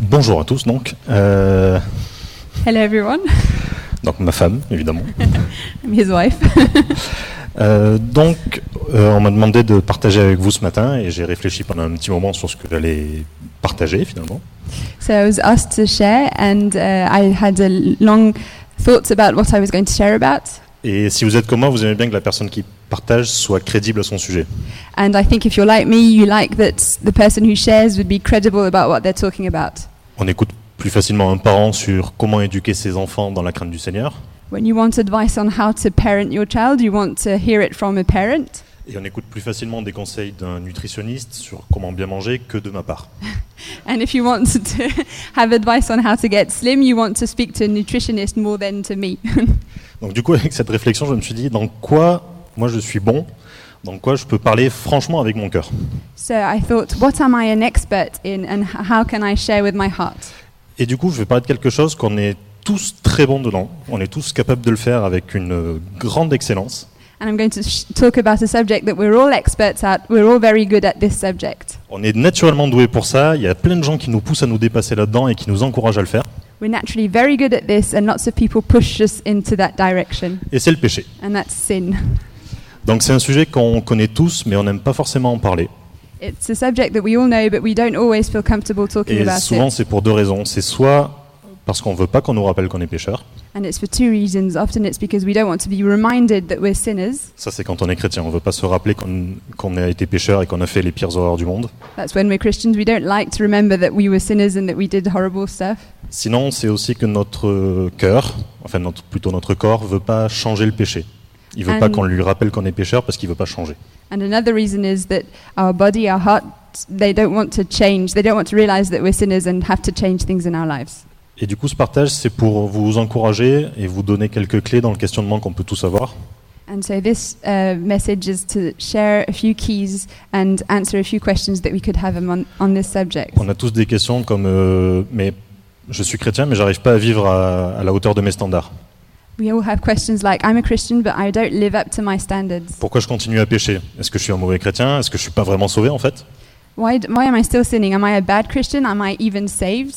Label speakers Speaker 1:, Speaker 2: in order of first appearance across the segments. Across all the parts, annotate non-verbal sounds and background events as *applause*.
Speaker 1: Bonjour à tous donc. Euh,
Speaker 2: Hello, everyone. *laughs*
Speaker 1: donc ma femme évidemment.
Speaker 2: I'm his wife.
Speaker 1: Euh, donc euh, on m'a demandé de partager avec vous ce matin et j'ai réfléchi pendant un petit moment sur ce que j'allais partager finalement.
Speaker 2: So I was asked to share, and uh, I had a l- long thoughts about what I was going to share about.
Speaker 1: Et si vous êtes comme moi, vous aimez bien que la personne qui partage soit crédible à son sujet.
Speaker 2: And I think if you're like me, you like that the person who shares would be credible about what they're talking about.
Speaker 1: On écoute plus facilement un parent sur comment éduquer ses enfants dans la crainte du Seigneur
Speaker 2: When you want advice on how to parent your child, you want to hear it from a parent.
Speaker 1: et on écoute plus facilement des conseils d'un nutritionniste sur comment bien manger que de ma part.
Speaker 2: And if you want *laughs* to have advice on how to get slim, you want to speak to a nutritionist more than to me. *laughs*
Speaker 1: Donc du coup, avec cette réflexion, je me suis dit, dans quoi moi je suis bon, dans quoi je peux parler franchement avec mon cœur.
Speaker 2: So I thought, what am I an expert in, and h- how can I share with my heart?
Speaker 1: Et du coup, je vais parler de quelque chose qu'on est tous très bons dedans. On est tous capables de le faire avec une euh, grande excellence.
Speaker 2: And I'm going to sh- talk about a subject that we're all experts at. We're all very good at this subject.
Speaker 1: On est naturellement doués pour ça. Il y a plein de gens qui nous poussent à nous dépasser là-dedans et qui nous encouragent à le faire.
Speaker 2: We're naturally very good at this, and lots of people push us into that direction,
Speaker 1: Et c'est le péché.
Speaker 2: and that's sin.
Speaker 1: Donc c'est un sujet qu'on connaît tous, mais on n'aime pas forcément en parler.
Speaker 2: It's a subject that we all know, but we don't always feel comfortable talking
Speaker 1: Et
Speaker 2: about
Speaker 1: souvent,
Speaker 2: it.
Speaker 1: c'est pour deux raisons. C'est soit parce qu'on veut pas qu'on nous rappelle qu'on est pécheur.
Speaker 2: And it's for two reasons. Often it's because we don't want to be reminded that we're sinners.
Speaker 1: Ça, c'est quand on est chrétien. On veut pas se rappeler qu'on qu'on a été pécheur et qu'on a fait les pires horreurs du monde.
Speaker 2: That's when we're Christians. We don't like to remember that we were sinners and that we did horrible stuff.
Speaker 1: Sinon, c'est aussi que notre euh, cœur, enfin notre, plutôt notre corps, veut pas changer le péché. Il veut pas
Speaker 2: Amen.
Speaker 1: qu'on lui rappelle qu'on est pécheur parce qu'il veut pas changer.
Speaker 2: And another reason is that our body, our heart, they don't want to change. They don't want to realize that we're sinners and have to change things in our lives.
Speaker 1: Et du coup, ce partage, c'est pour vous encourager et vous donner quelques clés dans le questionnement qu'on peut tous avoir.
Speaker 2: And so this uh, message is to share a few keys and answer a few questions that we could have among, on this subject.
Speaker 1: On a tous des questions comme euh, mais je suis chrétien, mais j'arrive pas à vivre à, à la hauteur de mes standards.
Speaker 2: We all have questions like, I'm a Christian, but I don't live up to my standards.
Speaker 1: Pourquoi je continue à pécher Est-ce que je suis un mauvais chrétien Est-ce que je suis pas vraiment sauvé en fait
Speaker 2: Why, d- why am I still sinning? Am I a bad Christian? Am I even saved?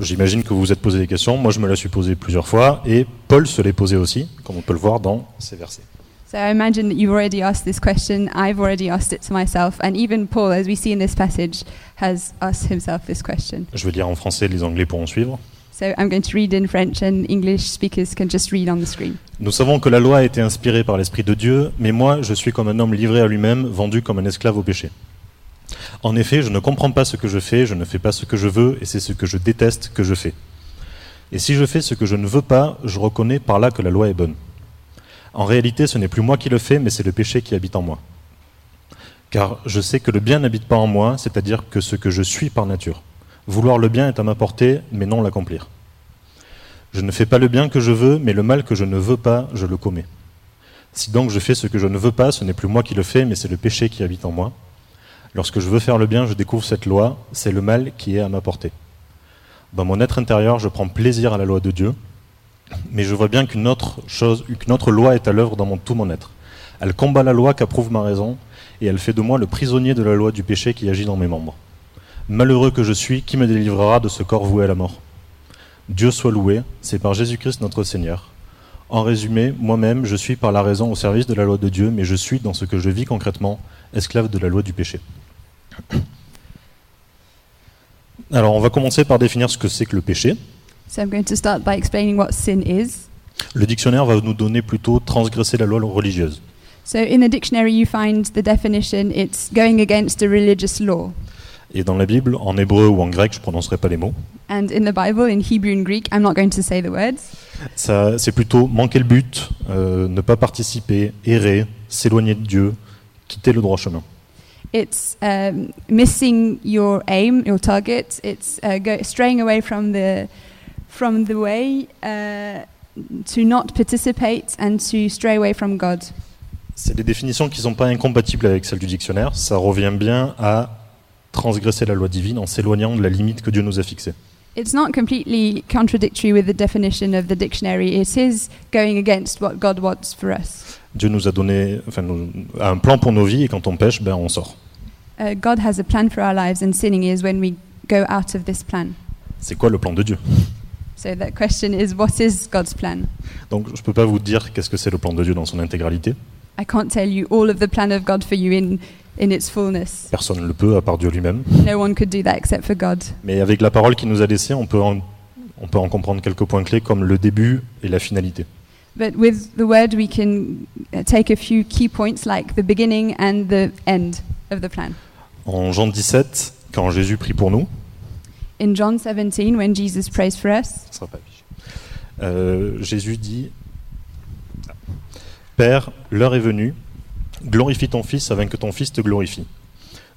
Speaker 1: J'imagine que vous vous êtes posé des questions. Moi, je me la suis posée plusieurs fois et Paul se l'est posée aussi, comme on peut le voir dans ces versets.
Speaker 2: So I imagine that you've already asked this question. I've already asked it to myself. And even Paul, as we see in this passage, has asked himself this question.
Speaker 1: Je vais lire en français, les Anglais pourront suivre.
Speaker 2: So I'm going to read in French, and English speakers can just read on the screen.
Speaker 1: Nous savons que la loi a été inspirée par l'Esprit de Dieu, mais moi, je suis comme un homme livré à lui-même, vendu comme un esclave au péché. En effet, je ne comprends pas ce que je fais, je ne fais pas ce que je veux, et c'est ce que je déteste que je fais. Et si je fais ce que je ne veux pas, je reconnais par là que la loi est bonne. En réalité, ce n'est plus moi qui le fais, mais c'est le péché qui habite en moi. Car je sais que le bien n'habite pas en moi, c'est-à-dire que ce que je suis par nature. Vouloir le bien est à ma portée, mais non l'accomplir. Je ne fais pas le bien que je veux, mais le mal que je ne veux pas, je le commets. Si donc je fais ce que je ne veux pas, ce n'est plus moi qui le fais, mais c'est le péché qui habite en moi. Lorsque je veux faire le bien, je découvre cette loi, c'est le mal qui est à ma portée. Dans mon être intérieur, je prends plaisir à la loi de Dieu, mais je vois bien qu'une autre chose, qu'une autre loi est à l'œuvre dans mon, tout mon être. Elle combat la loi qu'approuve ma raison, et elle fait de moi le prisonnier de la loi du péché qui agit dans mes membres. Malheureux que je suis, qui me délivrera de ce corps voué à la mort Dieu soit loué, c'est par Jésus-Christ notre Seigneur. En résumé, moi-même, je suis par la raison au service de la loi de Dieu, mais je suis, dans ce que je vis concrètement, esclave de la loi du péché. Alors, on va commencer par définir ce que c'est que le péché.
Speaker 2: So I'm going to start by explaining what sin is.
Speaker 1: Le dictionnaire va nous donner plutôt transgresser la loi religieuse.
Speaker 2: So in the dictionary, you find the definition it's going against a religious law.
Speaker 1: Et dans la Bible, en hébreu ou en grec, je ne prononcerai pas les mots,
Speaker 2: And in the Bible, in Hebrew and Greek, I'm not going to say the words.
Speaker 1: ça- c'est plutôt manquer le but, euh, ne pas participer, errer, s'éloigner de Dieu, quitter le droit chemin.
Speaker 2: It's um, missing your aim, your target. It's uh, go- straying away from the from the way uh, to not participate and to stray away from God.
Speaker 1: C'est des définitions qui ne sont pas incompatibles avec celles du dictionnaire. Ça revient bien à transgresser la loi divine en s'éloignant de la limite que Dieu nous a fixée.
Speaker 2: It's not completely contradictory with the definition of the dictionary. It is going against what God wants for us.
Speaker 1: Dieu nous a donné enfin, nous- a un plan pour nos vies et quand on pêche, ben, on sort.
Speaker 2: Uh, God has a plan for our lives, and sinning is when we go out of this plan.
Speaker 1: c'est quoi le plan de Dieu
Speaker 2: So that question is, what is God's plan?
Speaker 1: Donc je ne peux pas vous dire qu'est-ce que c'est le plan de Dieu dans son intégralité.
Speaker 2: I can't tell you all of the plan of God for you in, in its fullness.
Speaker 1: Personne ne le peut à part Dieu lui-même.
Speaker 2: No one could do that except for God.
Speaker 1: Mais avec la parole qu'il nous a laissée, on peut, en, on peut en comprendre quelques points clés comme le début et la finalité.
Speaker 2: But with the word, we can uh, take a few key points like the beginning and the end of the plan.
Speaker 1: En Jean 17, quand Jésus prie pour nous,
Speaker 2: In John 17, when Jesus prays for us,
Speaker 1: ça sera pas affiché. Euh, Jésus dit Père, l'heure est venue, glorifie ton Fils afin que ton Fils te glorifie.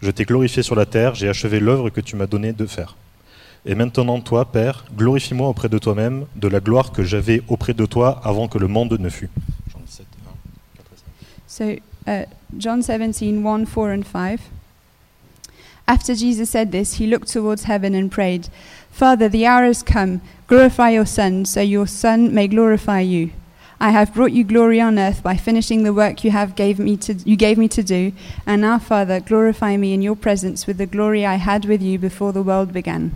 Speaker 1: Je t'ai glorifié sur la terre, j'ai achevé l'œuvre que tu m'as donné de faire. Et maintenant, toi, Père, glorifie-moi auprès de toi-même de la gloire que j'avais auprès de toi avant que le monde ne fût. Jean hein. 17, 1, 4 et 5.
Speaker 2: so uh, John 17, 1, 4, and 5. After Jesus said this, he looked towards heaven and prayed, Father, the hour has come. Glorify your Son, so your Son may glorify you. I have brought you glory on earth by finishing the work you have gave me to, you gave me to do. And now, Father, glorify me in your presence with the glory I had with you before the world began.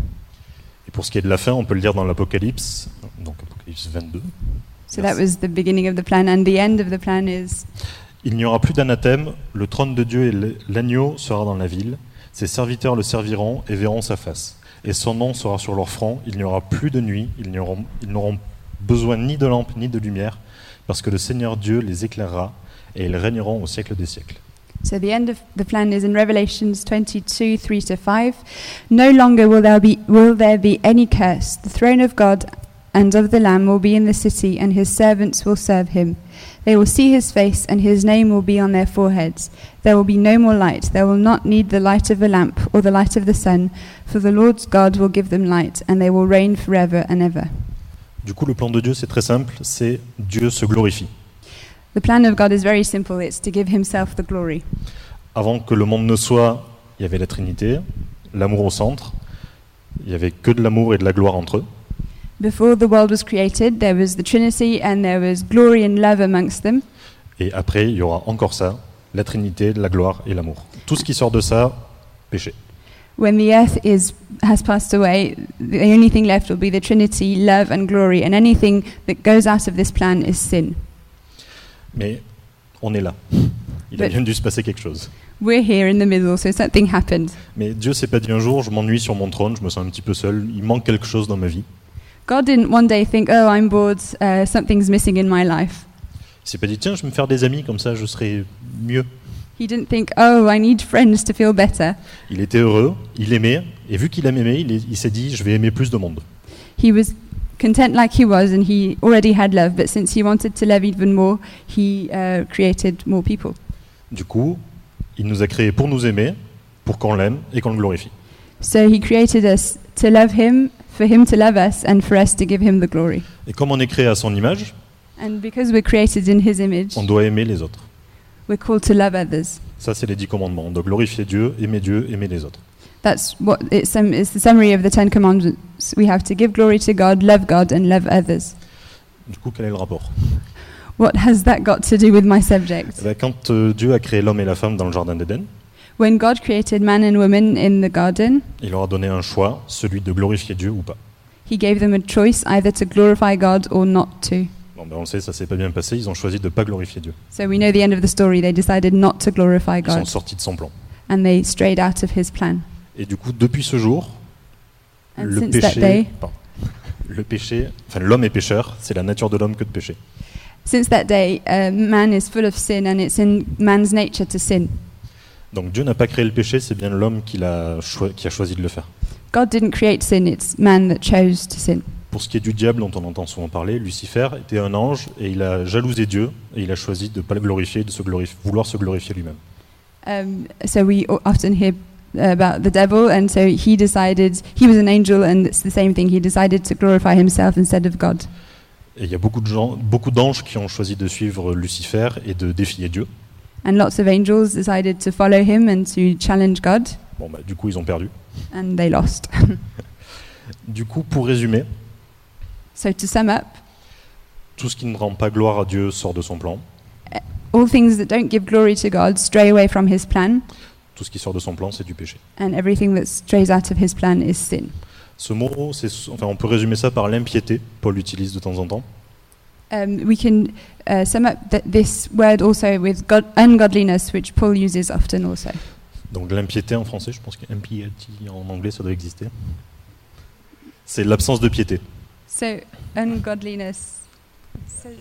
Speaker 1: Et pour ce qui est de la fin, on peut le lire dans l'Apocalypse, donc Apocalypse 22.
Speaker 2: So
Speaker 1: Yes.
Speaker 2: that was the beginning of the plan, and the end of the plan is
Speaker 1: Il n'y aura plus d'anathème, le trône de Dieu et l'agneau sera dans la ville, ses serviteurs le serviront et verront sa face. Et son nom sera sur leur front, il n'y aura plus de nuit, ils n'auront ils n'auront besoin ni de lampe ni de lumière, parce que le Seigneur Dieu les éclairera et ils régneront au siècle des siècles.
Speaker 2: So the end of the plan is in Revelations 22, 3 to 5. No longer will there, be, will there be any curse. The throne of God and of the Lamb will be in the city, and his servants will serve him. They will see his face, and his name will be on their foreheads. There will be no more light. They will not need the light of a lamp or the light of the sun, for the Lord God will give them light, and they will reign forever and ever.
Speaker 1: Du coup, le plan de Dieu, c'est très simple, c'est Dieu se glorifie.
Speaker 2: The plan of God is very simple it's to give himself the glory.
Speaker 1: Avant que le monde ne soit, il y avait la Trinité, l'amour au centre, il n'y avait que de l'amour et de la gloire entre eux.
Speaker 2: Before the world was created, there was the Trinity and there was glory and love amongst them.
Speaker 1: Et après, il y aura encore ça, la Trinité, la gloire et l'amour. Tout ce qui sort de ça, péché.
Speaker 2: When the earth is, has passed away, the only thing left will be the Trinity, love, and glory, and anything that goes out of this plan is sin.
Speaker 1: Mais on est là. Il a
Speaker 2: Mais-
Speaker 1: bien dû se passer quelque chose.
Speaker 2: We're here in the middle, so something happened.
Speaker 1: Mais Dieu s'est pas dit un jour, je m'ennuie sur mon trône, je me sens un petit peu seul, il manque quelque chose dans ma vie.
Speaker 2: God didn't one day think, oh, I'm bored, uh, something's missing in my life.
Speaker 1: Il s'est pas dit, tiens, je vais me faire des amis, comme ça je serai mieux.
Speaker 2: He didn't think, oh, I need friends to feel better.
Speaker 1: Il était heureux, il aimait, et vu qu'il aimait, il, est- il s'est dit, je vais aimer plus de monde.
Speaker 2: He was content like he was, and he already had love, but since he wanted to love even more, he uh, created more people.
Speaker 1: Du coup, il nous a créés pour nous aimer, pour qu'on l'aime et qu'on le glorifie.
Speaker 2: So he created us to love him, for him to love us, and for us to give him the glory.
Speaker 1: Et comme on est créé à son image,
Speaker 2: And because we're created in his image,
Speaker 1: on doit aimer les autres.
Speaker 2: we're called to love others.
Speaker 1: Ça, c'est les dix commandements. On doit glorifier Dieu, aimer Dieu, aimer les autres.
Speaker 2: That's what it's, sum it's the summary of the Ten Commandments. We have to give glory to God, love God, and love others.
Speaker 1: Du coup, quel est le rapport
Speaker 2: What has that got to do with my
Speaker 1: Eh
Speaker 2: subject?
Speaker 1: ben, Quand euh, Dieu a créé l'homme et la femme dans le Jardin d'Éden,
Speaker 2: When God created man and woman in the garden,
Speaker 1: il leur a donné un choix, celui de glorifier Dieu ou pas.
Speaker 2: he gave them a choice either to glorify God or not to.
Speaker 1: Bon, ben, on le sait, ça s'est pas bien passé, ils ont choisi de ne pas glorifier Dieu.
Speaker 2: So we know the end of the story. They decided not to glorify
Speaker 1: Ils sont
Speaker 2: God
Speaker 1: sortis de son plan.
Speaker 2: and they strayed out of his plan.
Speaker 1: Et du coup, depuis ce jour,
Speaker 2: And
Speaker 1: le
Speaker 2: since that day,
Speaker 1: péché, pardon. le péché, enfin l'homme est pécheur, c'est la nature de l'homme que de pécher.
Speaker 2: Since that day, uh, man is full of sin, and it's in man's nature to sin.
Speaker 1: Donc Dieu n'a pas créé le péché, c'est bien l'homme qui, l'a choi- qui a choisi de le faire.
Speaker 2: God didn't create sin, it's man that chose to sin.
Speaker 1: Pour ce qui est du diable dont on entend souvent parler, Lucifer était un ange et il a jalousé Dieu et il a choisi de ne pas le glorifier, de se glorif- vouloir se glorifier lui-même.
Speaker 2: Um, so we o- often hear uh, about the devil, and so he decided he was an angel, and it's the same thing. He decided to glorify himself instead of God.
Speaker 1: Et il y a beaucoup de gens, beaucoup d'anges qui ont choisi de suivre Lucifer et de défier Dieu.
Speaker 2: And lots of angels decided to follow him and to challenge God,
Speaker 1: Bon, bah, du coup, ils ont perdu.
Speaker 2: and they lost. *laughs*
Speaker 1: Du coup, pour résumer,
Speaker 2: so to sum up,
Speaker 1: tout ce qui ne rend pas gloire à Dieu sort de son plan.
Speaker 2: all things that don't give glory to God stray away from his plan,
Speaker 1: Tout ce qui sort de son plan, c'est du péché.
Speaker 2: and everything that strays out of his plan is sin.
Speaker 1: Ce mot, c'est- enfin, on peut résumer ça par l'impiété. Paul l'utilise de temps en temps.
Speaker 2: Um, we can uh, sum up th- this word also with God- ungodliness, which Paul uses often also.
Speaker 1: Donc l'impiété en français, je pense qu'impiety en anglais, ça doit exister. C'est l'absence de piété.
Speaker 2: So, ungodliness. Says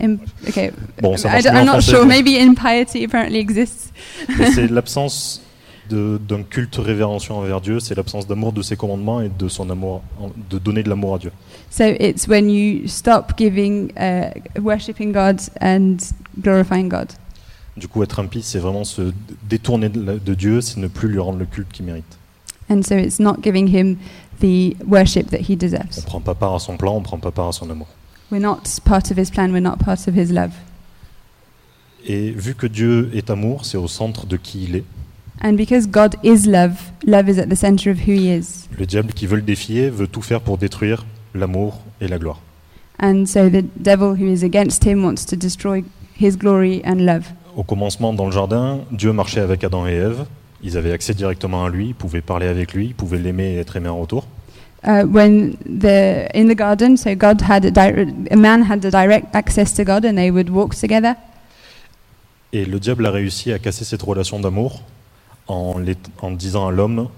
Speaker 2: Im- okay,
Speaker 1: Bon, ça
Speaker 2: I
Speaker 1: marche
Speaker 2: d-
Speaker 1: mieux en
Speaker 2: I'm not
Speaker 1: français,
Speaker 2: sure.
Speaker 1: mais-
Speaker 2: Maybe impiety apparently exists.
Speaker 1: mais c'est l'absence de- d'un culte révérencieux envers Dieu, c'est l'absence d'amour de ses commandements et de son amour, en- de donner de l'amour à Dieu.
Speaker 2: So it's when you stop giving, uh, worshipping God and glorifying God.
Speaker 1: Du coup, être impie, c'est vraiment se détourner de, la- de Dieu, c'est ne plus lui rendre le culte qu'il mérite.
Speaker 2: And so it's not giving him the worship that he
Speaker 1: On
Speaker 2: deserves.
Speaker 1: prend pas part à son plan, on prend pas part à son amour.
Speaker 2: We're not part of his plan, we're not part of his love.
Speaker 1: Et vu que Dieu est amour, c'est au centre de qui il est.
Speaker 2: And because God is love, love is at the center of who he is.
Speaker 1: Le diable qui veut le défier veut tout faire pour détruire l'amour et la gloire.
Speaker 2: And so the devil who is against him wants to destroy his glory and love.
Speaker 1: Au commencement, dans le jardin, Dieu marchait avec Adam et Ève. Ils avaient accès directement à lui, ils pouvaient parler avec lui, ils pouvaient l'aimer et être aimés en retour.
Speaker 2: Uh, when the in the garden, so God had a, direct, a man had a direct access to God, and they would walk together.
Speaker 1: Et le diable a réussi à casser cette relation d'amour en, les- en disant à l'homme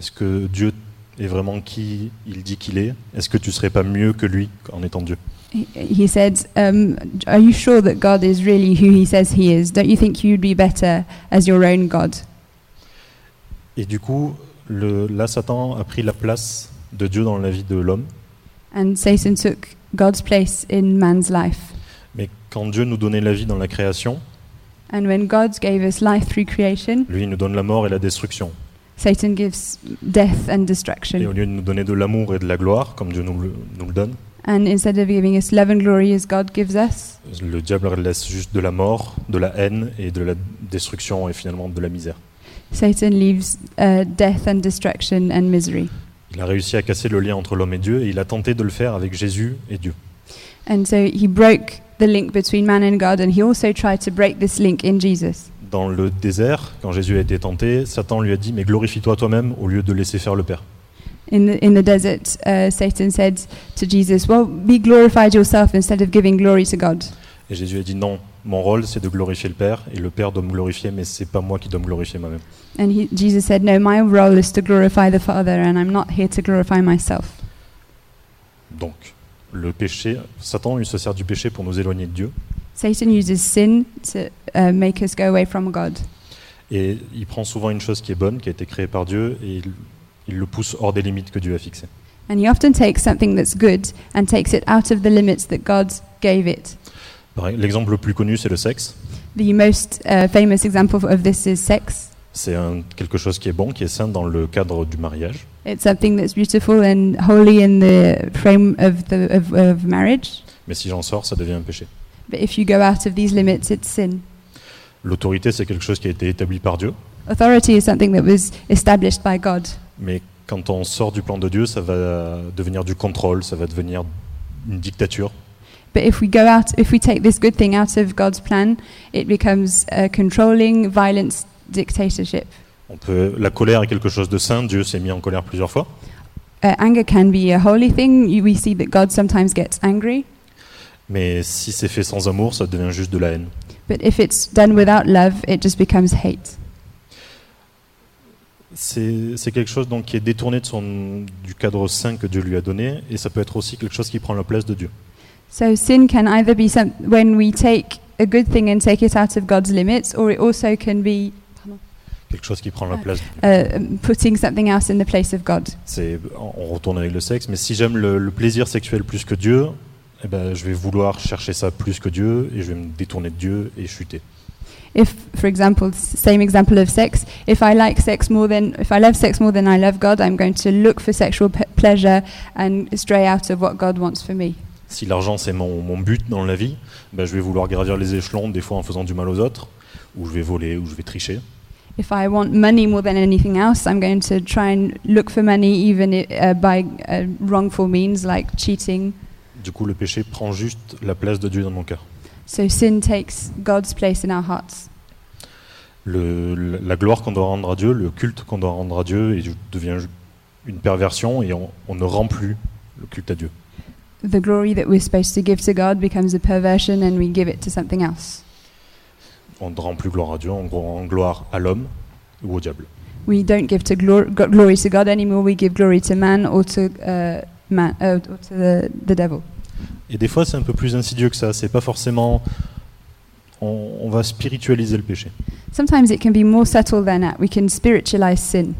Speaker 1: Est-ce que Dieu est vraiment qui il dit qu'il est Est-ce que tu serais pas mieux que lui en étant Dieu
Speaker 2: He, he said, um, "Are you sure that God is really who He says He is? Don't you think you'd be better as your own God?"
Speaker 1: Et du coup, le, là, Satan a pris la place de Dieu dans la vie de l'homme.
Speaker 2: And Satan took God's place in man's life.
Speaker 1: Mais quand Dieu nous donnait la vie dans la création,
Speaker 2: And when God gave us life through creation,
Speaker 1: lui, il nous donne la mort et la destruction.
Speaker 2: Satan gives death and
Speaker 1: Et au
Speaker 2: destruction.
Speaker 1: lieu de nous donner de l'amour et de la gloire, comme Dieu nous le, nous le donne,
Speaker 2: And instead of giving us love and glory as God gives us,
Speaker 1: le diable laisse juste de la mort, de la haine et de la destruction et finalement de la misère.
Speaker 2: Satan leaves uh, death and destruction and misery.
Speaker 1: Il a réussi à casser le lien entre l'homme et Dieu et il a tenté de le faire avec Jésus et Dieu.
Speaker 2: And so he broke the link between man and God, and he also tried to break this link in Jesus.
Speaker 1: Dans le désert, quand Jésus a été tenté, Satan lui a dit Mais glorifie-toi toi-même au lieu de laisser faire le Père.
Speaker 2: In the, in the desert, uh, Satan said to Jesus, Well, be glorified yourself instead of giving glory to God.
Speaker 1: Et Jésus a dit Non, mon rôle c'est de glorifier le Père et le Père doit me glorifier, mais c'est pas moi qui dois me glorifier moi-même.
Speaker 2: And he, Jesus said, No, my role is to glorify the Father, and I'm not here to glorify myself.
Speaker 1: Donc, le péché, Satan il se sert du péché pour nous éloigner de Dieu
Speaker 2: Satan uses sin to uh, make us go away from God.
Speaker 1: et il prend souvent une chose qui est bonne, qui a été créée par Dieu et il, il le pousse hors des limites que Dieu a fixées.
Speaker 2: And he often takes something that's good and takes it out of the limits that God gave it.
Speaker 1: Par- L'exemple le plus connu c'est le sexe.
Speaker 2: The most uh, famous example of this is sex.
Speaker 1: C'est un- quelque chose qui est bon, qui est sain dans le cadre du mariage.
Speaker 2: It's something that's beautiful and holy in the frame of the of, of marriage.
Speaker 1: Mais si j'en sors, ça devient un péché.
Speaker 2: But if you go out of these limits, it's sin.
Speaker 1: L'autorité, c'est quelque chose qui a été établi par Dieu,
Speaker 2: Authority is something that was established by God,
Speaker 1: mais quand on sort du plan de Dieu, ça va devenir du contrôle, ça va devenir une dictature.
Speaker 2: but if we go out, if we take this good thing out of God's plan, it becomes a controlling, violent dictatorship.
Speaker 1: On peut, la colère est quelque chose de saint, Dieu s'est mis en colère plusieurs fois,
Speaker 2: Uh, anger can be a holy thing. You, we see that God sometimes gets angry,
Speaker 1: mais si c'est fait sans amour, ça devient juste de la haine.
Speaker 2: but if it's done without love, it just becomes hate.
Speaker 1: C'est c'est quelque chose donc qui est détourné de son, du cadre saint que Dieu lui a donné, et ça peut être aussi quelque chose qui prend la place de Dieu.
Speaker 2: So sin can either be some, when we take a good thing and take it out of God's limits, or it also can be
Speaker 1: Quelque chose qui prend la place de Dieu.
Speaker 2: uh, um, putting something else in the place of God.
Speaker 1: C'est- On retourne avec le sexe, mais si j'aime le, le plaisir sexuel plus que Dieu, eh ben, je vais vouloir chercher ça plus que Dieu et je vais me détourner de Dieu et chuter.
Speaker 2: If, for example, s- same example of sex, if I like sex more than, if I love sex more than I love God, I'm going to look for sexual p- pleasure and stray out of what God wants for me.
Speaker 1: Si l'argent c'est mon, mon but dans la vie, ben, je vais vouloir gravir les échelons des fois en faisant du mal aux autres, ou je vais voler, ou je vais tricher.
Speaker 2: If I want money more than anything else, I'm going to try and look for money even i- uh, by uh, wrongful means like cheating.
Speaker 1: Du coup, le péché prend juste la place de Dieu dans mon cœur.
Speaker 2: So sin takes God's place in our hearts.
Speaker 1: le- la gloire qu'on doit rendre à Dieu, le culte qu'on doit rendre à Dieu, et je- devient une perversion et on, on ne rend plus le culte à Dieu.
Speaker 2: The glory that we're supposed to give to God becomes a perversion and we give it to something else.
Speaker 1: On ne rend plus gloire à Dieu, on rend gloire à l'homme ou au diable.
Speaker 2: We don't give to glor- go- glory to God anymore, we give glory to man or to, uh, man, uh, or to the, the devil.
Speaker 1: Et des fois, c'est un peu plus insidieux que ça. C'est pas forcément. On, on va spiritualiser le péché.
Speaker 2: Sometimes it can be more subtle than that. We can spiritualize sin.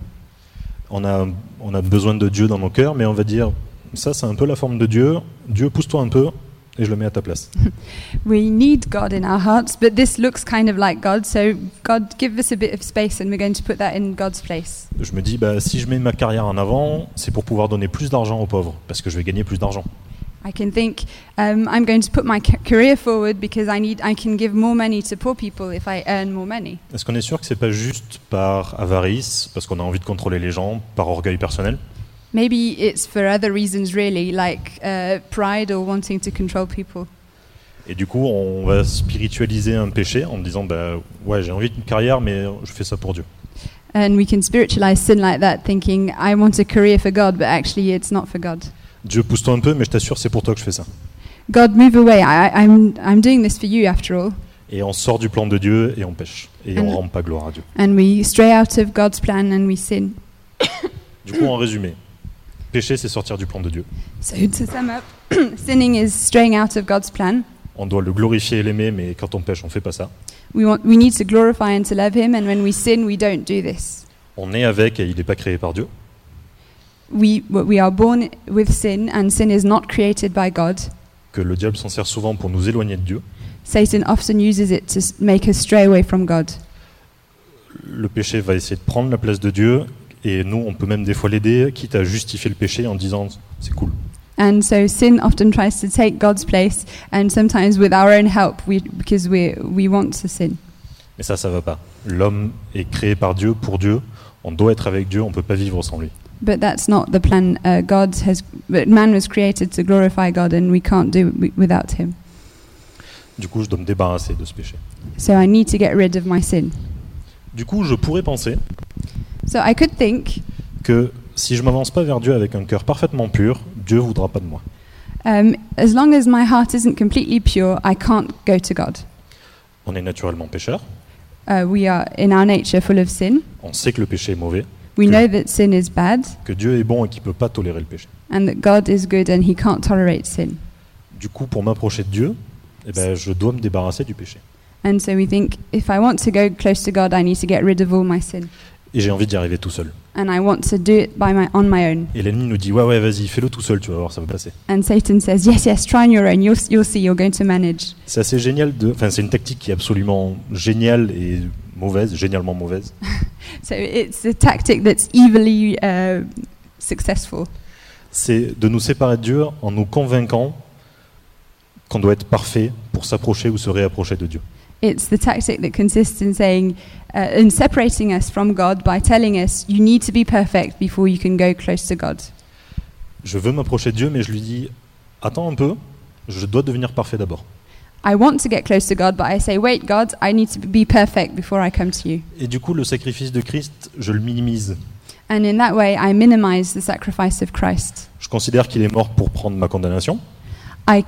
Speaker 1: On a, on a besoin de Dieu dans nos cœurs, mais on va dire ça, c'est un peu la forme de Dieu. Dieu, pousse-toi un peu et je le mets à ta place.
Speaker 2: We need God in our hearts, but this looks kind of like God, so God, give us a bit of space and we're going to put that in God's place.
Speaker 1: Je me dis, bah, si je mets ma carrière en avant, c'est pour pouvoir donner plus d'argent aux pauvres, parce que je vais gagner plus d'argent.
Speaker 2: I can think um, I'm going to put my ca- career forward because I need I can give more money to poor people if I earn more money.
Speaker 1: Est-ce qu'on est sûr que c'est pas juste par avarice, parce qu'on a envie de contrôler les gens, par orgueil personnel
Speaker 2: Maybe it's for other reasons really, like uh, pride or wanting to control people.
Speaker 1: Et du coup, on va spiritualiser un péché en me disant, bah, ouais, j'ai envie d'une carrière, mais je fais ça pour Dieu.
Speaker 2: And we can spiritualize sin like that, thinking I want a career for God, but actually it's not for God.
Speaker 1: Dieu pousse-toi un peu, mais je t'assure, c'est pour toi que je fais ça.
Speaker 2: God, move away. I, I- I'm I'm doing this for you after all.
Speaker 1: Et on sort du plan de Dieu et on pêche. Et on
Speaker 2: Ah.
Speaker 1: rend pas gloire à Dieu.
Speaker 2: And we stray out of God's plan and we sin.
Speaker 1: Du coup, en résumé, pécher, c'est sortir du plan de Dieu.
Speaker 2: So to sum up, *clears throat* sinning is straying out of God's plan.
Speaker 1: On doit le glorifier et l'aimer, mais quand on pêche, on fait pas ça.
Speaker 2: We want we need to glorify and to love Him, and when we sin, we don't do this.
Speaker 1: On est avec et il n'est pas créé par Dieu.
Speaker 2: we we are born with sin and sin is not created by god
Speaker 1: Que le diable s'en sert souvent pour nous éloigner de Dieu.
Speaker 2: satan often uses it to s- make us stray away from god
Speaker 1: Le péché va essayer de prendre la place de Dieu. Et nous, on peut même des fois l'aider, quitte à justifier le péché en disant c'est cool.
Speaker 2: and so sin often tries to take god's place and sometimes with our own help we because we we want to sin
Speaker 1: Mais ça, ça va pas. L'homme est créé par Dieu, pour Dieu. On doit être avec Dieu, on peut pas vivre sans lui.
Speaker 2: but that's not the plan uh, god has but man was created to glorify god and we can't do it wi- without him
Speaker 1: Du coup, je dois me débarrasser de ce péché.
Speaker 2: so i need to get rid of my sin
Speaker 1: Du coup, je pourrais penser
Speaker 2: so i could think
Speaker 1: que si je m'avance pas vers Dieu avec un cœur parfaitement pur, Dieu voudra pas de moi.
Speaker 2: um, as long as my heart isn't completely pure i can't go to god
Speaker 1: On est naturellement pécheur,
Speaker 2: uh, we are in our nature full of sin
Speaker 1: on sait que le péché est mauvais,
Speaker 2: We
Speaker 1: Good.
Speaker 2: know that sin is bad
Speaker 1: que Dieu est bon et qu'il peut pas tolérer le péché.
Speaker 2: and that God is good and he can't tolerate sin.
Speaker 1: Du coup, pour m'approcher de Dieu, eh ben, je dois me débarrasser du péché.
Speaker 2: And so we think if I want to go close to God, I need to get rid of all my sin
Speaker 1: Et j'ai envie d'y arriver tout seul.
Speaker 2: and I want to do it by my on my own.
Speaker 1: Et l'ennemi nous dit ouais ouais vas-y fais-le tout seul tu vas voir ça va passer.
Speaker 2: And Satan says, "Yes, yes, try on your own. You'll you'll see you're going to manage."
Speaker 1: C'est assez génial de, enfin c'est une tactique qui est absolument géniale et mauvaise, génialement mauvaise.
Speaker 2: So it's a tactic that's evilly uh, successful.
Speaker 1: C'est de nous séparer de Dieu en nous convainquant qu'on doit être parfait pour s'approcher ou se réapprocher de Dieu.
Speaker 2: It's the tactic that consists in saying uh, in separating us from God by telling us you need to be perfect before you can go close to God.
Speaker 1: Je veux m'approcher de Dieu mais je lui dis attends un peu, je dois devenir parfait d'abord.
Speaker 2: I want to get close to God, but I say, wait, God, I need to be perfect before I come to you.
Speaker 1: Et du coup le sacrifice de Christ je le minimise.
Speaker 2: And in that way, I minimize the sacrifice of Christ.
Speaker 1: Je considère qu'il est mort pour prendre ma condamnation,
Speaker 2: I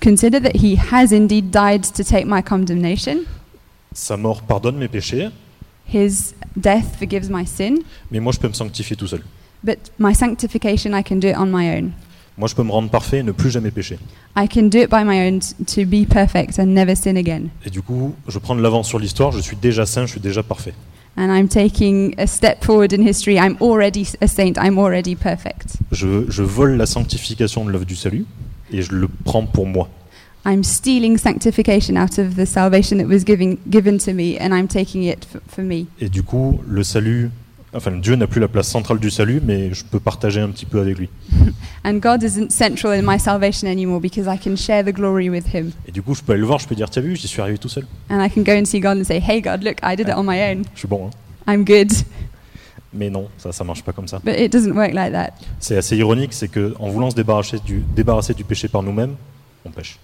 Speaker 2: consider that he has indeed died to take my condemnation.
Speaker 1: sa mort pardonne mes péchés,
Speaker 2: His death forgives my sin,
Speaker 1: mais moi je peux me sanctifier tout seul.
Speaker 2: but my sanctification, I can do it on my own.
Speaker 1: Moi je peux me rendre parfait et ne plus jamais pécher.
Speaker 2: I can do it by my own t- to be perfect and never sin again.
Speaker 1: Et du coup, je prends de l'avance sur l'histoire, je suis déjà saint, je suis déjà parfait.
Speaker 2: And I'm taking a step forward in history. I'm already s- a saint, I'm already perfect.
Speaker 1: Je, je vole la sanctification de l'œuvre du salut et je le prends pour moi.
Speaker 2: I'm stealing sanctification out of the salvation that was giving, given to me, and I'm taking it f- for me.
Speaker 1: Et du coup, le salut, enfin Dieu n'a plus la place centrale du salut, mais je peux partager un petit peu avec lui.
Speaker 2: And God isn't central in my salvation anymore because I can share the glory with Him.
Speaker 1: Et du coup, je peux aller le voir, je peux dire, t'as vu, j'y suis arrivé tout seul.
Speaker 2: And I can go and see God and say, hey, God, look, I did it on my own.
Speaker 1: Je suis bon. hein.
Speaker 2: I'm good.
Speaker 1: Mais non, ça, ça marche pas comme ça.
Speaker 2: But it doesn't work like that.
Speaker 1: C'est assez ironique, c'est que en voulant se débarrasser du, débarrasser du péché par nous-mêmes, on pêche.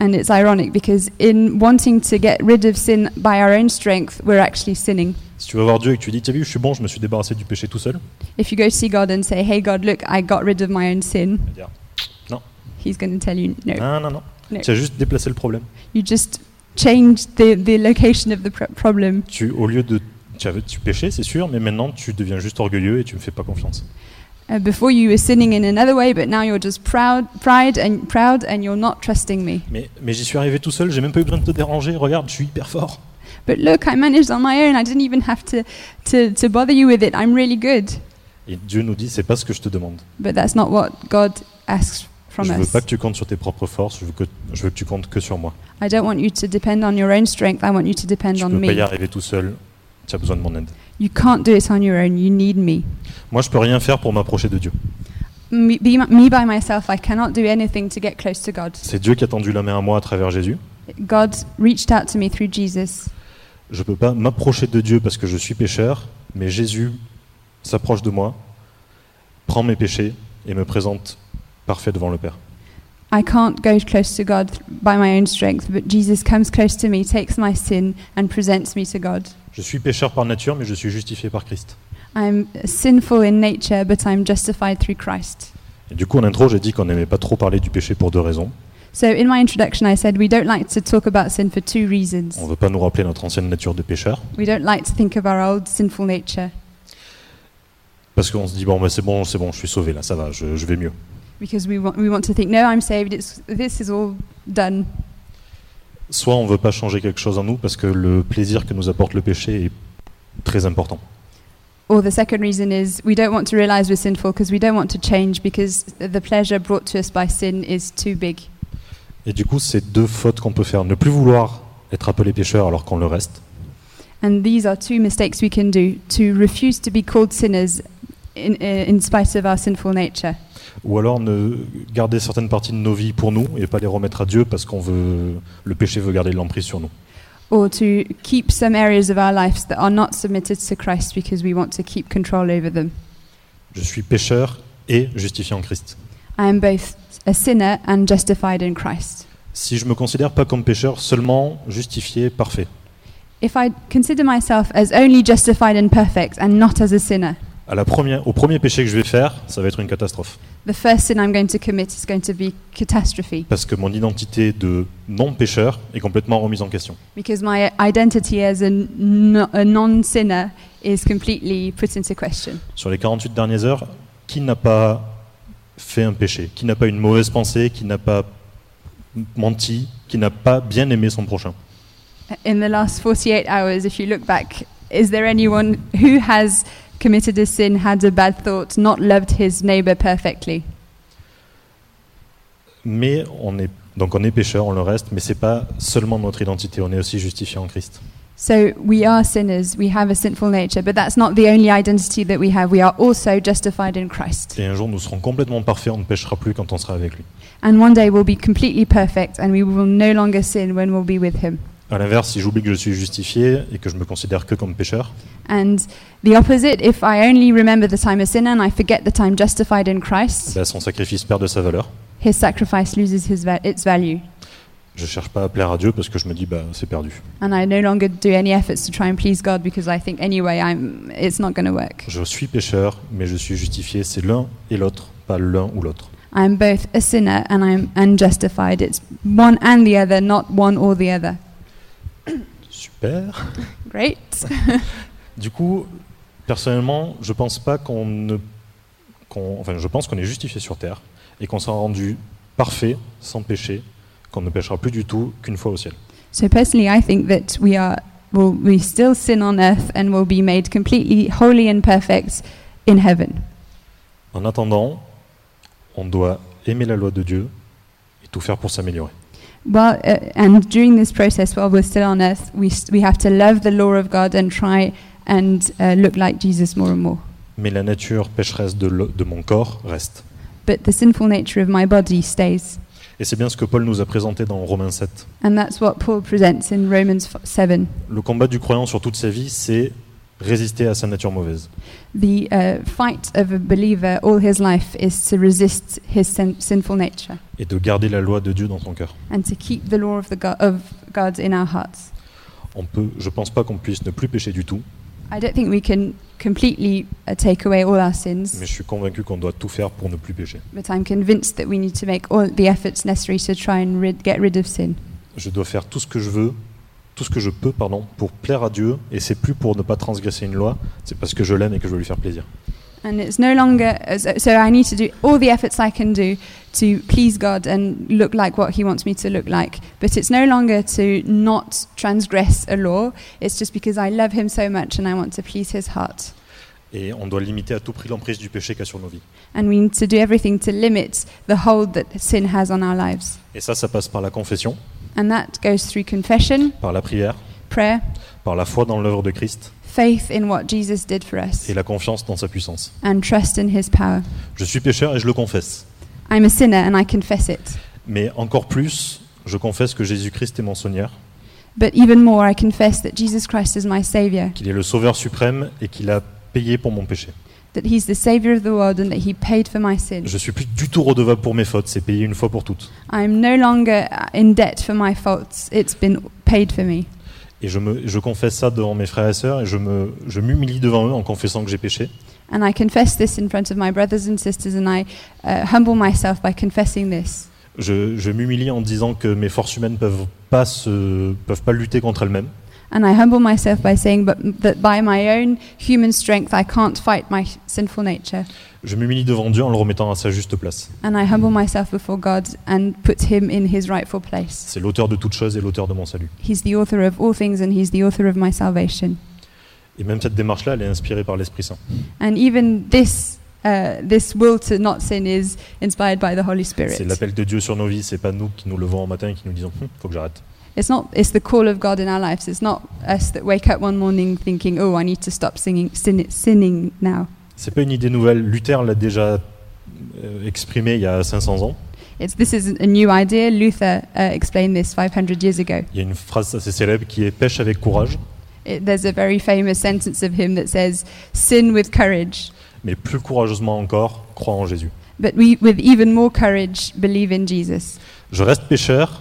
Speaker 2: And it's ironic because in wanting to get rid of sin by our own strength, we're actually sinning.
Speaker 1: Si tu vas voir Dieu et que tu dis, t'as vu, je suis bon, je me suis débarrassé du péché tout seul,
Speaker 2: If you go see God and say, Hey, God, look, I got rid of my own sin,
Speaker 1: il va dire,
Speaker 2: He's going to tell you, No.
Speaker 1: non, non, non,
Speaker 2: Non.
Speaker 1: tu as juste déplacé le problème.
Speaker 2: You just changed the, the location of the pro- problem.
Speaker 1: Tu, au lieu de, tu, avais, tu péchais, c'est sûr, mais maintenant tu deviens juste orgueilleux et tu me fais pas confiance.
Speaker 2: Uh, before you were sinning in another way, but now you're just proud, pride and proud, and you're not trusting me.
Speaker 1: Mais, mais j'y suis arrivé tout seul, j'ai même pas eu besoin de te déranger, regarde, je suis hyper fort.
Speaker 2: But look, I managed on my own. I didn't even have to, to, to bother you with it. I'm really good.
Speaker 1: Et Dieu nous dit, c'est pas ce que je te demande.
Speaker 2: But that's not what God asks from
Speaker 1: Je veux
Speaker 2: us.
Speaker 1: pas que tu comptes sur tes propres forces, je veux que, je veux que tu comptes que sur moi.
Speaker 2: I don't want you to depend on your own strength. I want you to depend
Speaker 1: Tu
Speaker 2: on
Speaker 1: peux pas y
Speaker 2: me.
Speaker 1: arriver tout seul, tu as besoin de mon aide.
Speaker 2: You can't do it on your own. You need me.
Speaker 1: Moi, je peux rien faire pour m'approcher de Dieu.
Speaker 2: Me, be, me by myself, I cannot do anything to get close to God.
Speaker 1: C'est Dieu qui a tendu la main à moi à travers Jésus.
Speaker 2: God reached out to me through Jesus.
Speaker 1: Je peux pas m'approcher de Dieu parce que je suis pécheur, mais Jésus s'approche de moi, prend mes péchés et me présente parfait devant le Père.
Speaker 2: I can't go close to God by my own strength, but Jesus comes close to me, takes my sin, and presents me to God.
Speaker 1: Je suis pécheur par nature, mais je suis justifié par Christ.
Speaker 2: I'm sinful in nature, but I'm justified through Christ.
Speaker 1: Et du coup, en intro, j'ai dit qu'on n'aimait pas trop parler du péché pour deux raisons.
Speaker 2: So, in my introduction, I said we don't like to talk about sin for two reasons.
Speaker 1: On ne veut pas nous rappeler notre ancienne nature de pécheur,
Speaker 2: We don't like to think of our old sinful nature
Speaker 1: parce qu'on se dit, bon, bah, c'est bon, c'est bon, je suis sauvé, là, ça va, je, je vais mieux.
Speaker 2: because we want, we want to think, no, I'm saved, it's, this is all done.
Speaker 1: Soit on ne veut pas changer quelque chose en nous, parce que le plaisir que nous apporte le péché est très important.
Speaker 2: Or the second reason is we don't want to realize we're sinful because we don't want to change because the pleasure brought to us by sin is too big.
Speaker 1: Et du coup, c'est deux fautes qu'on peut faire. Ne plus vouloir être appelé pécheur alors qu'on le reste,
Speaker 2: And these are two mistakes we can do to refuse to be called sinners in, uh, in spite of our sinful nature,
Speaker 1: ou alors ne garder certaines parties de nos vies pour nous et pas les remettre à Dieu parce qu'on veut le péché veut garder de l'emprise sur nous.
Speaker 2: or to keep some areas of our lives that are not submitted to Christ because we want to keep control over them.
Speaker 1: Je suis pécheur et justifié en Christ.
Speaker 2: I am both a sinner and justified in Christ.
Speaker 1: Si je me considère pas comme pécheur, seulement justifié, parfait,
Speaker 2: If I consider myself as only justified and perfect and not as a sinner,
Speaker 1: à la première, au premier péché que je vais faire, ça va être une catastrophe
Speaker 2: the first sin I'm going to commit is going to be catastrophe
Speaker 1: parce que mon identité de non pécheur est complètement remise en question.
Speaker 2: because my identity as a, n- a non sinner is completely put into question.
Speaker 1: Sur les 48 dernières heures, qui n'a pas fait un péché Qui n'a pas une mauvaise pensée Qui n'a pas menti Qui n'a pas bien aimé son prochain
Speaker 2: In the last 48 hours, if you look back, is there anyone who has committed a sin, had a bad thought, not loved his neighbor perfectly?
Speaker 1: Mais on est donc on est pécheur, on le reste, mais c'est pas seulement notre identité. On est aussi justifié en Christ.
Speaker 2: So we are sinners, we have a sinful nature, but that's not the only identity that we have. We are also justified in Christ.
Speaker 1: Et un jour, nous serons complètement parfaits. On ne péchera plus quand on sera avec lui.
Speaker 2: And one day we'll be completely perfect and we will no longer sin when we'll be with him.
Speaker 1: À l'inverse, si j'oublie que je suis justifié et que je me considère que comme pécheur,
Speaker 2: And the opposite, if I only remember the time a sinner and I forget that I'm justified in Christ,
Speaker 1: bah, son sacrifice perd de sa valeur.
Speaker 2: his sacrifice loses his va- its value.
Speaker 1: Je cherche pas à plaire à Dieu parce que je me dis bah c'est perdu.
Speaker 2: and I no longer do any efforts to try and please God because I think anyway I'm it's not going to work.
Speaker 1: Je suis pécheur, mais je suis justifié. C'est l'un et l'autre, pas l'un ou l'autre.
Speaker 2: I'm both a sinner and I'm unjustified. It's one and the other, not one or the other.
Speaker 1: Super.
Speaker 2: Great.
Speaker 1: Du coup, personnellement, je pense pas qu'on ne. qu'on- enfin, je pense qu'on est justifié sur Terre et qu'on sera rendu parfait, sans péché, qu'on ne péchera plus du tout qu'une fois au ciel.
Speaker 2: So personally, I think that we are will we still sin on earth and will be made completely holy and perfect in heaven.
Speaker 1: En attendant, on doit aimer la loi de Dieu et tout faire pour s'améliorer.
Speaker 2: Well, uh, and during this process, while we're still on earth, we s- we have to love the law of God and try and uh, look like Jesus more and more.
Speaker 1: Mais la nature pécheresse de, l'o- de mon corps reste.
Speaker 2: But the sinful nature of my body stays.
Speaker 1: Et c'est bien ce que Paul nous a présenté dans Romains 7.
Speaker 2: And that's what Paul presents in Romans f- 7.
Speaker 1: Le combat du croyant sur toute sa vie, c'est résister à sa nature mauvaise.
Speaker 2: The uh, fight of a believer all his life is to resist his sin- sinful nature
Speaker 1: et de garder la loi de Dieu dans son cœur.
Speaker 2: and to keep the law of, the go- of God in our hearts.
Speaker 1: On peut, je pense pas qu'on puisse ne plus pécher du tout,
Speaker 2: I don't think we can completely uh, take away all our sins,
Speaker 1: mais je suis convaincu qu'on doit tout faire pour ne plus pécher.
Speaker 2: but I'm convinced that we need to make all the efforts necessary to try and rid- get rid of sin.
Speaker 1: Je dois faire tout ce que je veux, tout ce que je peux, pardon, pour plaire à Dieu, et c'est plus pour ne pas transgresser une loi, c'est parce que je l'aime et que je veux lui faire plaisir.
Speaker 2: And it's no longer, so- so I need to do all the efforts I can do to please God and look like what He wants me to look like. But it's no longer to not transgress a law, it's just because I love Him so much and I want to please His heart.
Speaker 1: Et on doit limiter à tout prix l'emprise du péché qu'a sur nos vies.
Speaker 2: And we need to do everything to limit the hold that sin has on our lives.
Speaker 1: Et ça, ça passe par la confession,
Speaker 2: And that goes through confession,
Speaker 1: par la prière,
Speaker 2: prayer,
Speaker 1: par la foi dans l'œuvre de Christ
Speaker 2: faith in what Jesus did for us,
Speaker 1: et la confiance dans sa puissance.
Speaker 2: and trust in His power.
Speaker 1: Je suis pécheur et je le confesse.
Speaker 2: I'm a sinner and I confess it.
Speaker 1: Mais encore plus, je confesse que Jésus-Christ est mon Seigneur,
Speaker 2: But even more, I confess that Jesus Christ is my Savior.
Speaker 1: qu'il est le Sauveur suprême et qu'il a payé pour mon péché.
Speaker 2: that he's the savior of the world and that he paid for my sin.
Speaker 1: Je suis plus du tout redevable pour mes fautes, c'est payé une fois pour toutes.
Speaker 2: I'm no longer uh, in debt for my faults. It's been paid for me.
Speaker 1: Et je, me, je confesse ça devant mes frères et sœurs et je me- je m'humilie devant eux en confessant que j'ai péché.
Speaker 2: And I confess this in front of my brothers and sisters and I uh, humble myself by confessing this.
Speaker 1: Je, je m'humilie en disant que mes forces humaines peuvent pas se, peuvent pas lutter contre elles-mêmes.
Speaker 2: And I humble myself by saying but, that by my own human strength I can't fight my sinful nature.
Speaker 1: Je m'humilie devant Dieu en le remettant à sa juste place.
Speaker 2: And I humble myself before God and put him in his rightful place.
Speaker 1: C'est l'auteur de toutes choses et l'auteur de mon salut.
Speaker 2: He's the author of all things and he's the author of my salvation.
Speaker 1: Et même cette démarche-là, elle est inspirée par l'Esprit Saint.
Speaker 2: And even this, uh, this will to not sin is inspired by the Holy Spirit.
Speaker 1: C'est l'appel de Dieu sur nos vies. C'est pas nous qui nous levons en matin et qui nous disons Hum, "Faut que j'arrête."
Speaker 2: It's not. It's the call of God in our lives. It's not us that wake up one morning thinking, "Oh, I need to stop singing, sin, sinning now."
Speaker 1: C'est pas une idée nouvelle. Luther l'a déjà euh, exprimé il y a 500 ans.
Speaker 2: It's this isn't a new idea. Luther uh, explained this 500 years ago.
Speaker 1: Il y a une phrase assez célèbre qui est "Pêche avec courage",
Speaker 2: It, there's a very famous sentence of him that says, "Sin with courage,
Speaker 1: mais plus courageusement encore, crois en Jésus.
Speaker 2: but we, with even more courage, believe in Jesus."
Speaker 1: Je reste pécheur,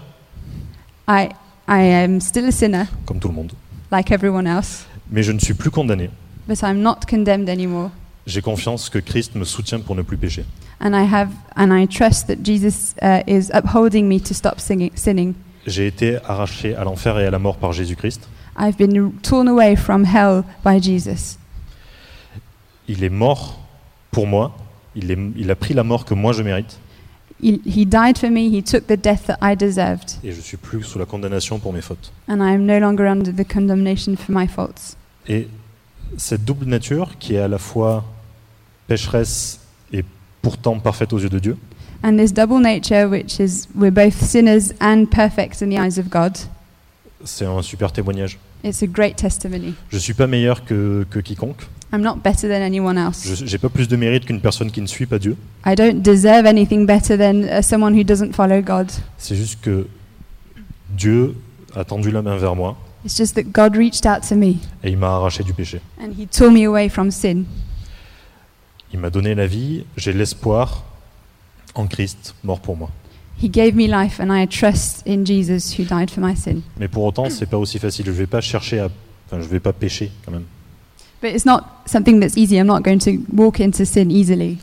Speaker 2: I, I am still a sinner,
Speaker 1: comme tout le monde,
Speaker 2: like everyone else,
Speaker 1: mais je ne suis plus condamné.
Speaker 2: but I'm not condemned anymore,
Speaker 1: J'ai confiance que Christ me soutient pour ne plus pécher.
Speaker 2: and I have, and I trust that Jesus uh, is upholding me to stop singing, sinning.
Speaker 1: J'ai été arraché à l'enfer et à la mort par Jésus-Christ.
Speaker 2: I've been torn away from hell by Jesus.
Speaker 1: Il est mort pour moi. Il, est- il a pris la mort que moi je mérite.
Speaker 2: He, he died for me, he took the death that I deserved,
Speaker 1: Et je suis plus sous la condamnation pour mes fautes.
Speaker 2: and I am no longer under the condemnation for my faults.
Speaker 1: Et cette double nature, qui est à la fois pécheresse et pourtant parfaite aux yeux de Dieu,
Speaker 2: And this double nature, which is we're both sinners and perfect in the eyes of God,
Speaker 1: c'est un super témoignage.
Speaker 2: it's a great testimony.
Speaker 1: Je suis pas meilleur que, que quiconque.
Speaker 2: I'm not better than anyone else.
Speaker 1: Je n'ai pas plus de mérite qu'une personne qui ne suit pas Dieu.
Speaker 2: I don't deserve anything better than uh, someone who doesn't follow God.
Speaker 1: C'est juste que Dieu a tendu la main vers moi
Speaker 2: It's just that God reached out to me
Speaker 1: et il m'a arraché du péché.
Speaker 2: and he tore me away from sin.
Speaker 1: Il m'a donné la vie, j'ai l'espoir en Christ mort pour moi.
Speaker 2: He gave me life, and I trust in Jesus who died for my sin.
Speaker 1: Mais pour autant, c'est pas aussi facile. Je vais pas chercher à enfin je vais pas pécher quand même.
Speaker 2: But it's not something that's easy. I'm not going to walk into sin easily.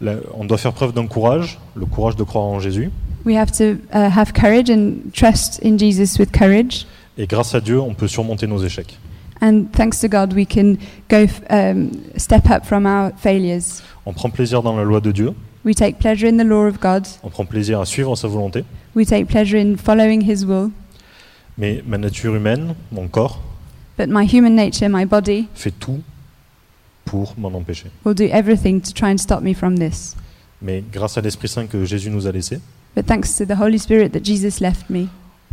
Speaker 1: Là, on doit faire preuve d'un courage, le courage de croire en Jésus
Speaker 2: We have to uh, have courage and trust in Jesus with courage.
Speaker 1: et grâce à Dieu, on peut surmonter nos échecs.
Speaker 2: And thanks to God, we can go f- um, step up from our failures.
Speaker 1: On prend plaisir dans la loi de Dieu,
Speaker 2: We take pleasure in the law of God.
Speaker 1: on prend plaisir à suivre sa volonté,
Speaker 2: We take pleasure in following His will.
Speaker 1: mais ma nature humaine, mon corps
Speaker 2: But my human nature, my body,
Speaker 1: fait tout pour m'en empêcher.
Speaker 2: will do everything to try and stop me from this.
Speaker 1: Mais grâce à l'Esprit Saint que Jésus nous a laissé,
Speaker 2: But thanks to the Holy Spirit that Jesus left me,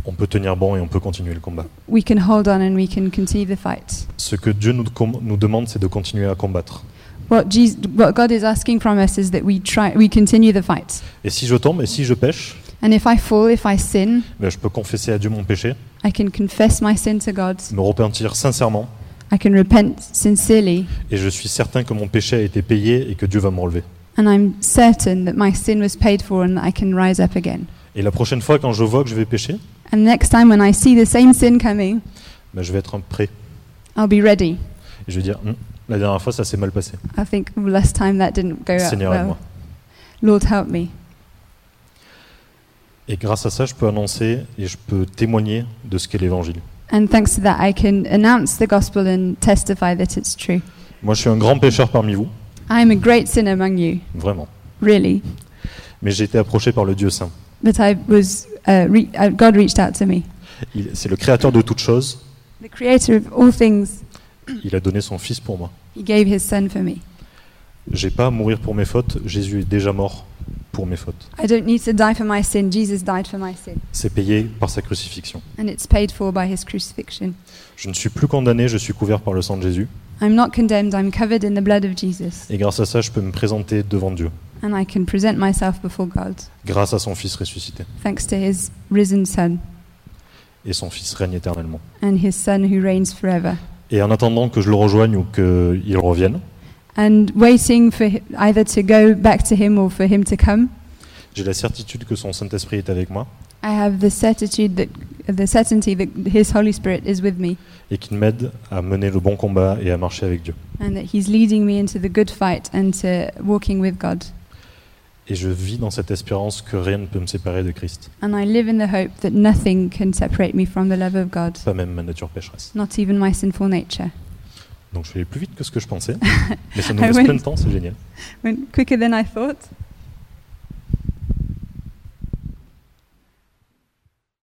Speaker 1: on peut tenir bon et on peut continuer le combat.
Speaker 2: we can hold on and we can continue the fight.
Speaker 1: Ce que Dieu nous, com- nous demande, c'est de continuer à combattre.
Speaker 2: What, Jesus, what God is asking from us is that we try, we continue the fight.
Speaker 1: Et si je tombe et si je pêche,
Speaker 2: And if I fall, if I sin,
Speaker 1: ben, je peux confesser à Dieu mon péché,
Speaker 2: I can confess my sin to God,
Speaker 1: me repentir sincèrement
Speaker 2: I can repent sincerely,
Speaker 1: et je suis certain que mon péché a été payé et que Dieu va me relever.
Speaker 2: and I'm certain that my sin was paid for and that I can rise up again.
Speaker 1: Et la prochaine fois, quand je vois que je vais pécher,
Speaker 2: And next time when I see the same sin coming,
Speaker 1: ben, je vais être un prêt.
Speaker 2: I'll be ready.
Speaker 1: Et je vais dire, Hum, la dernière fois, ça s'est mal passé.
Speaker 2: I think well, last time that didn't go out
Speaker 1: Seigneur, aide-moi.
Speaker 2: well. Lord, help me.
Speaker 1: Et grâce à ça, je peux annoncer et je peux témoigner de ce qu'est l'évangile.
Speaker 2: And thanks to that, I can announce the gospel and testify that it's true.
Speaker 1: Moi, je suis un grand pécheur parmi vous,
Speaker 2: I am a great sinner among you,
Speaker 1: vraiment.
Speaker 2: really.
Speaker 1: Mais j'ai été approché par le Dieu Saint.
Speaker 2: But I was, uh, re- uh, God reached out to me.
Speaker 1: Il- C'est le créateur de toutes choses.
Speaker 2: The creator of all things,
Speaker 1: Il a donné son Fils pour moi.
Speaker 2: he gave his son for me.
Speaker 1: J'ai pas à mourir pour mes fautes. Jésus est déjà mort pour mes fautes.
Speaker 2: I don't need to die for my sin. Jesus died for my sin.
Speaker 1: C'est payé par sa crucifixion.
Speaker 2: And it's paid for by his crucifixion.
Speaker 1: Je ne suis plus condamné, je suis couvert par le sang de Jésus.
Speaker 2: I'm not condemned, I'm covered in the blood of Jesus.
Speaker 1: Et grâce à ça, je peux me présenter devant Dieu,
Speaker 2: And I can present myself before God,
Speaker 1: grâce à son Fils ressuscité.
Speaker 2: thanks to his risen son
Speaker 1: Et son Fils règne éternellement.
Speaker 2: and his son who reigns forever.
Speaker 1: Et en attendant que je le rejoigne ou qu'il revienne,
Speaker 2: And waiting for hi- either to go back to him or for him to come,
Speaker 1: j'ai la certitude que son Saint-Esprit est avec moi
Speaker 2: I have the certitude that the certainty that his Holy Spirit is with me
Speaker 1: et qu'il m'aide à mener le bon combat et à marcher avec Dieu.
Speaker 2: and that he's leading me into the good fight and to walking with God.
Speaker 1: Et je vis dans cette espérance que rien ne peut me séparer de Christ,
Speaker 2: And I live in the hope that nothing can separate me from the love of God,
Speaker 1: pas même ma nature pécheresse.
Speaker 2: not even my sinful nature.
Speaker 1: Donc je vais aller plus vite que ce que je pensais, mais ça nous
Speaker 2: Ah
Speaker 1: laisse
Speaker 2: ouais.
Speaker 1: plein de temps, c'est génial.
Speaker 2: Went quicker than I thought.